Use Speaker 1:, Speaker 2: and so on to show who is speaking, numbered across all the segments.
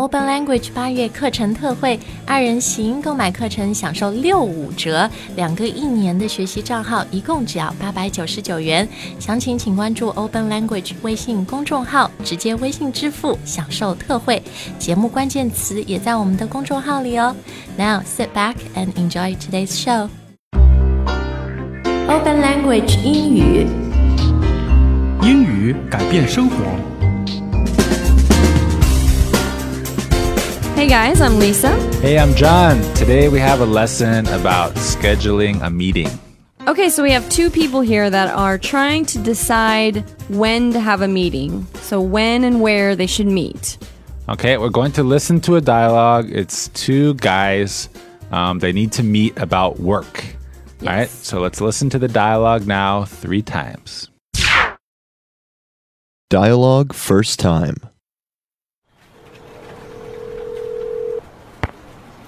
Speaker 1: Open Language 八月课程特惠，二人行购买课程享受六五折，两个一年的学习账号一共只要八百九十九元。详情请关注 Open Language 微信公众号，直接微信支付享受特惠。节目关键词也在我们的公众号里哦。Now sit back and enjoy today's show. Open Language 英语
Speaker 2: 英语改变生活。
Speaker 3: Hey guys, I'm Lisa.
Speaker 4: Hey, I'm John. Today we have a lesson about scheduling a meeting.
Speaker 3: Okay, so we have two people here that are trying to decide when to have a meeting. So, when and where they should meet.
Speaker 4: Okay, we're going to listen to a dialogue. It's two guys. Um, they need to meet about work. All right, so let's listen to the dialogue now three times.
Speaker 5: Dialogue first time.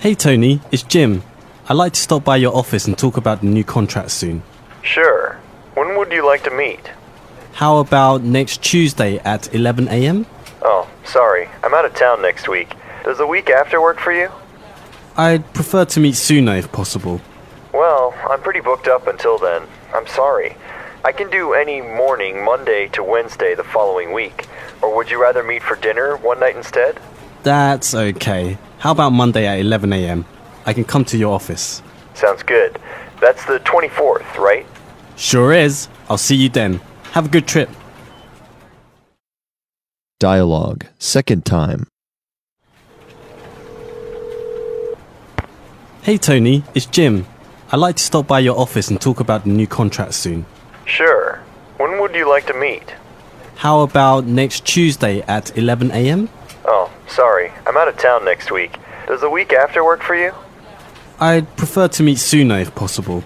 Speaker 6: Hey Tony, it's Jim. I'd like to stop by your office and talk about the new contract soon.
Speaker 7: Sure. When would you like to meet?
Speaker 6: How about next Tuesday at 11 a.m.?
Speaker 7: Oh, sorry. I'm out of town next week. Does the week after work for you?
Speaker 6: I'd prefer to meet sooner if possible.
Speaker 7: Well, I'm pretty booked up until then. I'm sorry. I can do any morning, Monday to Wednesday the following week. Or would you rather meet for dinner one night instead?
Speaker 6: That's okay. How about Monday at 11 a.m.? I can come to your office.
Speaker 7: Sounds good. That's the 24th, right?
Speaker 6: Sure is. I'll see you then. Have a good trip.
Speaker 5: Dialogue second time.
Speaker 6: Hey Tony, it's Jim. I'd like to stop by your office and talk about the new contract soon.
Speaker 7: Sure. When would you like to meet?
Speaker 6: How about next Tuesday at 11 a.m.?
Speaker 7: Oh, sorry. I'm out of town next week. Does the week after work for you?
Speaker 6: I'd prefer to meet sooner if possible.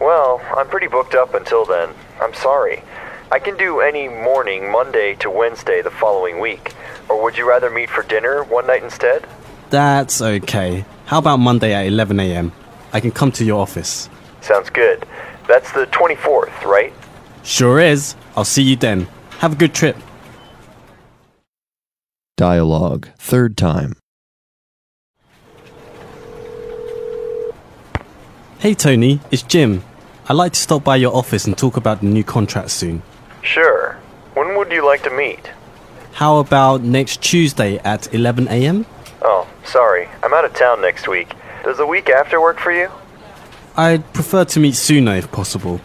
Speaker 7: Well, I'm pretty booked up until then. I'm sorry. I can do any morning, Monday to Wednesday the following week. Or would you rather meet for dinner one night instead?
Speaker 6: That's okay. How about Monday at 11 a.m.? I can come to your office.
Speaker 7: Sounds good. That's the 24th, right?
Speaker 6: Sure is. I'll see you then. Have a good trip.
Speaker 5: Dialogue third time.
Speaker 6: Hey Tony, it's Jim. I'd like to stop by your office and talk about the new contract soon.
Speaker 7: Sure. When would you like to meet?
Speaker 6: How about next Tuesday at 11 a.m.?
Speaker 7: Oh, sorry. I'm out of town next week. Does the week after work for you?
Speaker 6: I'd prefer to meet sooner if possible.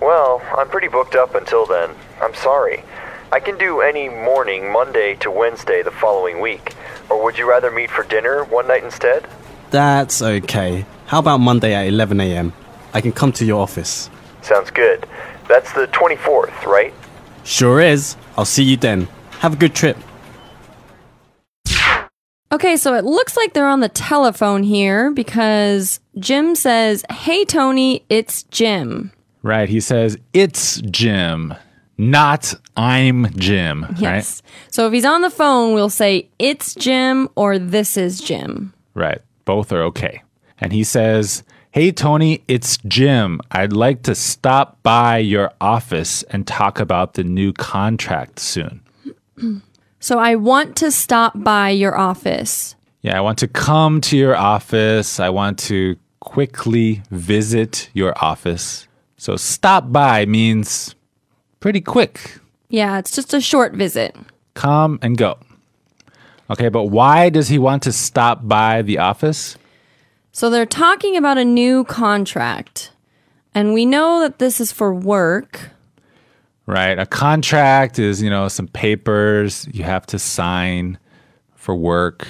Speaker 7: Well, I'm pretty booked up until then. I'm sorry. I can do any morning, Monday to Wednesday the following week. Or would you rather meet for dinner one night instead?
Speaker 6: That's okay. How about Monday at 11 a.m.? I can come to your office.
Speaker 7: Sounds good. That's the 24th, right?
Speaker 6: Sure is. I'll see you then. Have a good trip.
Speaker 3: Okay, so it looks like they're on the telephone here because Jim says, Hey Tony, it's Jim.
Speaker 4: Right, he says, It's Jim, not I'm Jim.
Speaker 3: Yes. So if he's on the phone, we'll say, It's Jim or This is Jim.
Speaker 4: Right? Right. Both are okay. And he says, Hey, Tony, it's Jim. I'd like to stop by your office and talk about the new contract soon.
Speaker 3: So I want to stop by your office.
Speaker 4: Yeah, I want to come to your office. I want to quickly visit your office. So stop by means pretty quick.
Speaker 3: Yeah, it's just a short visit.
Speaker 4: Come and go. Okay, but why does he want to stop by the office?
Speaker 3: So they're talking about a new contract. And we know that this is for work.
Speaker 4: Right? A contract is, you know, some papers you have to sign for work.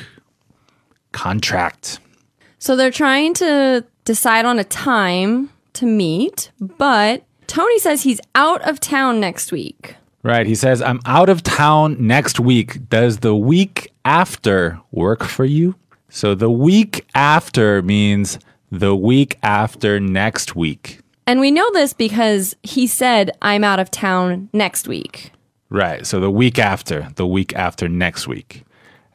Speaker 4: Contract.
Speaker 3: So they're trying to decide on a time to meet, but Tony says he's out of town next week.
Speaker 4: Right. He says, I'm out of town next week. Does the week after work for you? So the week after means the week after next week.
Speaker 3: And we know this because he said, I'm out of town next week.
Speaker 4: Right. So the week after, the week after next week.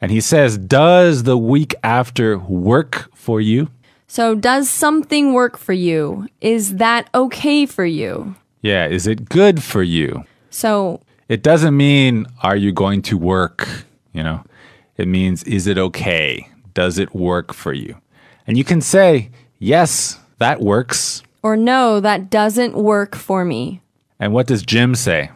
Speaker 4: And he says, Does the week after work for you?
Speaker 3: So, does something work for you? Is that okay for you?
Speaker 4: Yeah. Is it good for you?
Speaker 3: So,
Speaker 4: It doesn't mean, Are you going to work? You know, It means, is it okay? Does it work for you? And you can say, yes, that works.
Speaker 3: Or no, that doesn't work for me.
Speaker 4: And what does Jim say?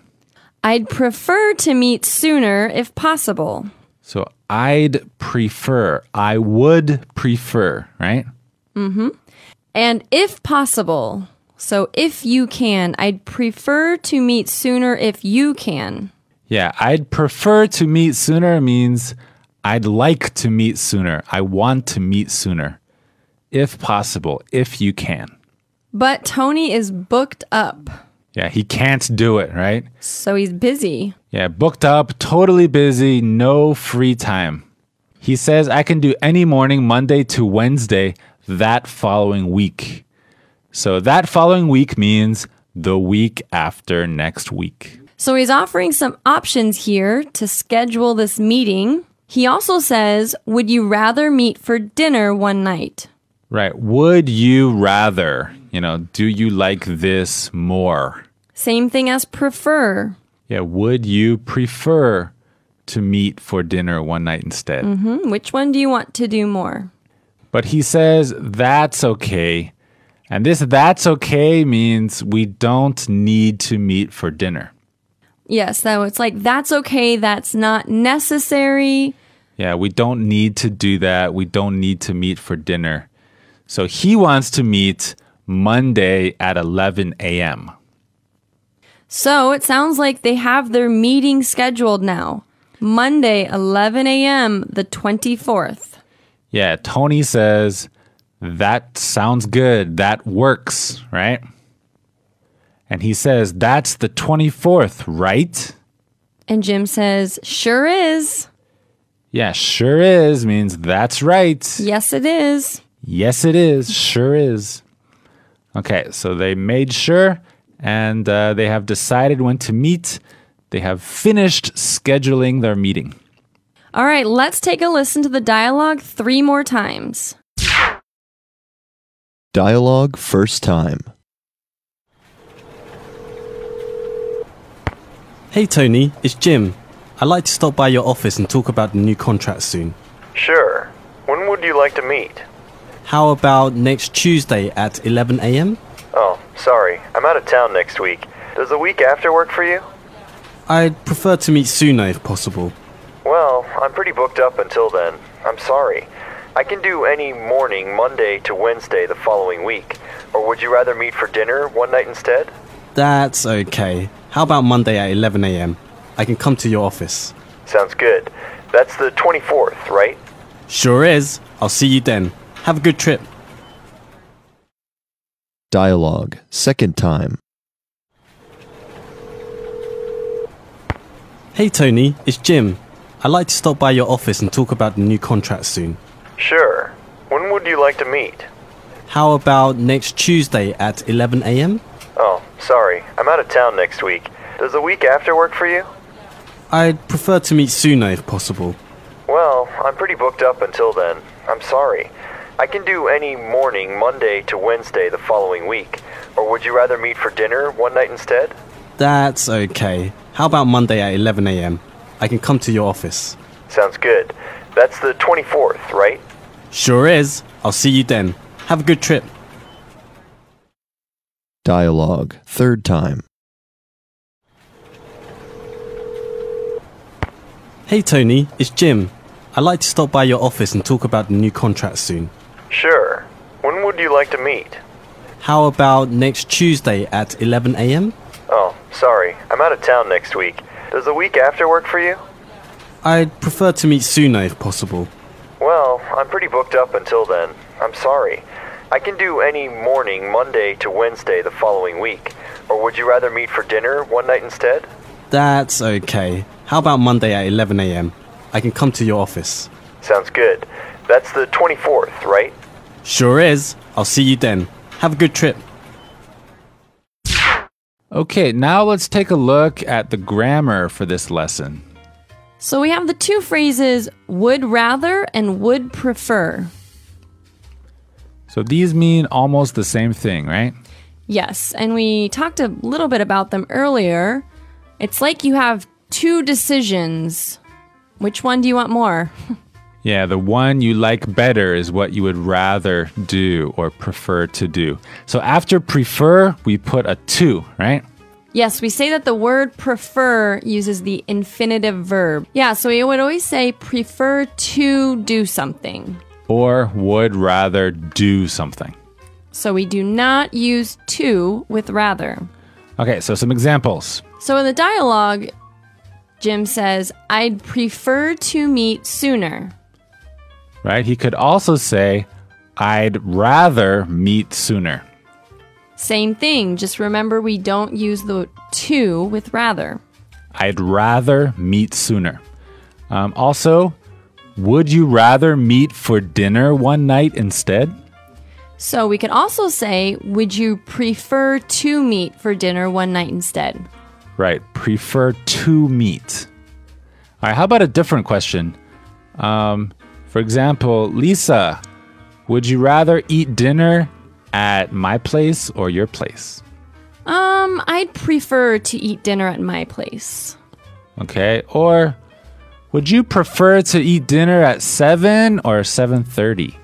Speaker 3: I'd prefer to meet sooner if possible.
Speaker 4: So I'd prefer, I would prefer, right?
Speaker 3: And if possible, so if you can, I'd prefer to meet sooner if you can.
Speaker 4: Yeah, I'd prefer to meet sooner means I'd like to meet sooner. I want to meet sooner, if possible, if you can.
Speaker 3: But Tony is booked up,
Speaker 4: Yeah, he can't do it, right?
Speaker 3: so he's busy.
Speaker 4: Yeah, booked up, totally busy, no free time. He says, I can do any morning, Monday to Wednesday, that following week. So that following week means the week after next week.
Speaker 3: So he's offering some options here to schedule this meeting. He also says, Would you rather meet for dinner one night?
Speaker 4: Right. Would you rather, you know, do you like this more?
Speaker 3: Same thing as prefer.
Speaker 4: Yeah, would you prefer to meet for dinner one night instead?
Speaker 3: Hmm, Which one do you want to do more?
Speaker 4: But he says that's okay. And this that's okay means we don't need to meet for dinner.
Speaker 3: Yes, so it's like, That's okay, that's not necessary.
Speaker 4: Yeah, we don't need to do that. We don't need to meet for dinner. So he wants to meet Monday at 11 a.m.
Speaker 3: So it sounds like they have their meeting scheduled now. Monday, 11 a.m., the 24th.
Speaker 4: Yeah, Tony says, that sounds good. That works, right? And he says, that's the 24th, right?
Speaker 3: And Jim says, Sure is.
Speaker 4: Yeah, sure is means that's right.
Speaker 3: Yes, it is.
Speaker 4: Yes, it is. Sure is. Okay, so they made sure and uh, they have decided when to meet. They have finished scheduling their meeting.
Speaker 3: All right, let's take a listen to the dialogue three more times.
Speaker 5: Dialogue first time.
Speaker 6: Hey Tony, it's Jim. I'd like to stop by your office and talk about the new contract soon.
Speaker 7: Sure. When would you like to meet?
Speaker 6: How about next Tuesday at 11 a.m.?
Speaker 7: Oh, sorry. I'm out of town next week. Does the week after work for you?
Speaker 6: I'd prefer to meet sooner if possible.
Speaker 7: Well, I'm pretty booked up until then. I'm sorry. I can do any morning, Monday to Wednesday the following week. Or would you rather meet for dinner one night instead?
Speaker 6: That's okay. How about Monday at 11 a.m.? I can come to your office.
Speaker 7: Sounds good. That's the 24th, right?
Speaker 6: Sure is. I'll see you then. Have a good trip.
Speaker 5: Dialogue second time.
Speaker 6: Hey Tony, it's Jim. I'd like to stop by your office and talk about the new contract soon.
Speaker 7: Sure. When would you like to meet?
Speaker 6: How about next Tuesday at 11 a.m.?
Speaker 7: Oh, sorry. I'm out of town next week. Does the week after work for you?
Speaker 6: I'd prefer to meet sooner if possible.
Speaker 7: Well, I'm pretty booked up until then. I'm sorry. I can do any morning, Monday to Wednesday the following week. Or would you rather meet for dinner one night instead?
Speaker 6: That's okay. How about Monday at 11 a.m.? I can come to your office.
Speaker 7: Sounds good. That's the 24th, right?
Speaker 6: Sure is. I'll see you then. Have a good trip.
Speaker 5: Dialogue third time.
Speaker 6: Hey Tony, it's Jim. I'd like to stop by your office and talk about the new contract soon.
Speaker 7: Sure. When would you like to meet?
Speaker 6: How about next Tuesday at 11 a.m.?
Speaker 7: Oh, sorry. I'm out of town next week. Does the week after work for you?
Speaker 6: I'd prefer to meet sooner if possible.
Speaker 7: Well, I'm pretty booked up until then. I'm sorry. I can do any morning, Monday to Wednesday the following week. Or would you rather meet for dinner one night instead?
Speaker 6: That's okay. How about Monday at 11 a.m.? I can come to your office.
Speaker 7: Sounds good. That's the 24th, right?
Speaker 6: Sure is. I'll see you then. Have a good trip.
Speaker 4: Okay, now let's take a look at the grammar for this lesson.
Speaker 3: So we have the two phrases would rather and would prefer.
Speaker 4: So these mean almost the same thing, right?
Speaker 3: Yes, and we talked a little bit about them earlier. It's like you have two decisions. Which one do you want more?
Speaker 4: Yeah, the one you like better is what you would rather do or prefer to do. So after prefer, we put a to, right?
Speaker 3: Yes, we say that the word prefer uses the infinitive verb. Yeah, so we would always say prefer to do something.
Speaker 4: Or would rather do something.
Speaker 3: So we do not use to with rather.
Speaker 4: Okay, so some examples.
Speaker 3: So in the dialogue, Jim says, I'd prefer to meet sooner.
Speaker 4: right? He could also say, I'd rather meet sooner.
Speaker 3: Same thing, just remember we don't use the to with rather.
Speaker 4: I'd rather meet sooner. Um, also, would you rather meet for dinner one night instead?
Speaker 3: So we could also say, Would you prefer to meet for dinner one night instead?
Speaker 4: Right, prefer to meet. All right, how about a different question? Um, for example, Lisa, would you rather eat dinner at my place or your place?
Speaker 3: Um, I'd prefer to eat dinner at my place.
Speaker 4: Okay, or would you prefer to eat dinner at 7 or 7:30?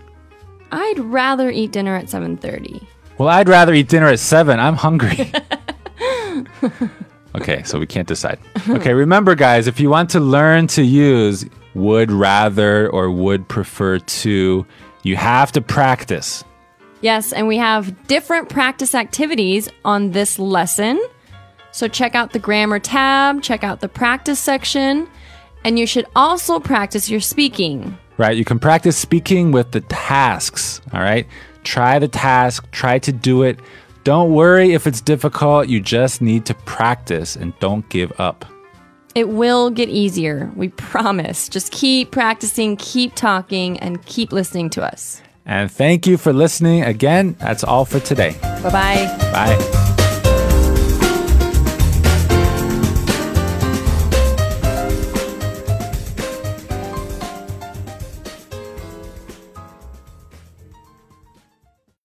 Speaker 3: I'd rather eat dinner at 7:30.
Speaker 4: Well, I'd rather eat dinner at seven. I'm hungry. okay, so we can't decide. Okay, remember, guys, if you want to learn to use would rather or would prefer to, you have to practice.
Speaker 3: Yes, and we have different practice activities on this lesson. So check out the grammar tab, check out the practice section, and you should also practice your speaking.
Speaker 4: right? You can practice speaking with the tasks, all right? Try the task, try to do it. Don't worry if it's difficult, you just need to practice and don't give up.
Speaker 3: It will get easier, we promise. Just keep practicing, keep talking, and keep listening to us.
Speaker 4: And thank you for listening again. That's all for today.
Speaker 3: Bye bye.
Speaker 4: Bye.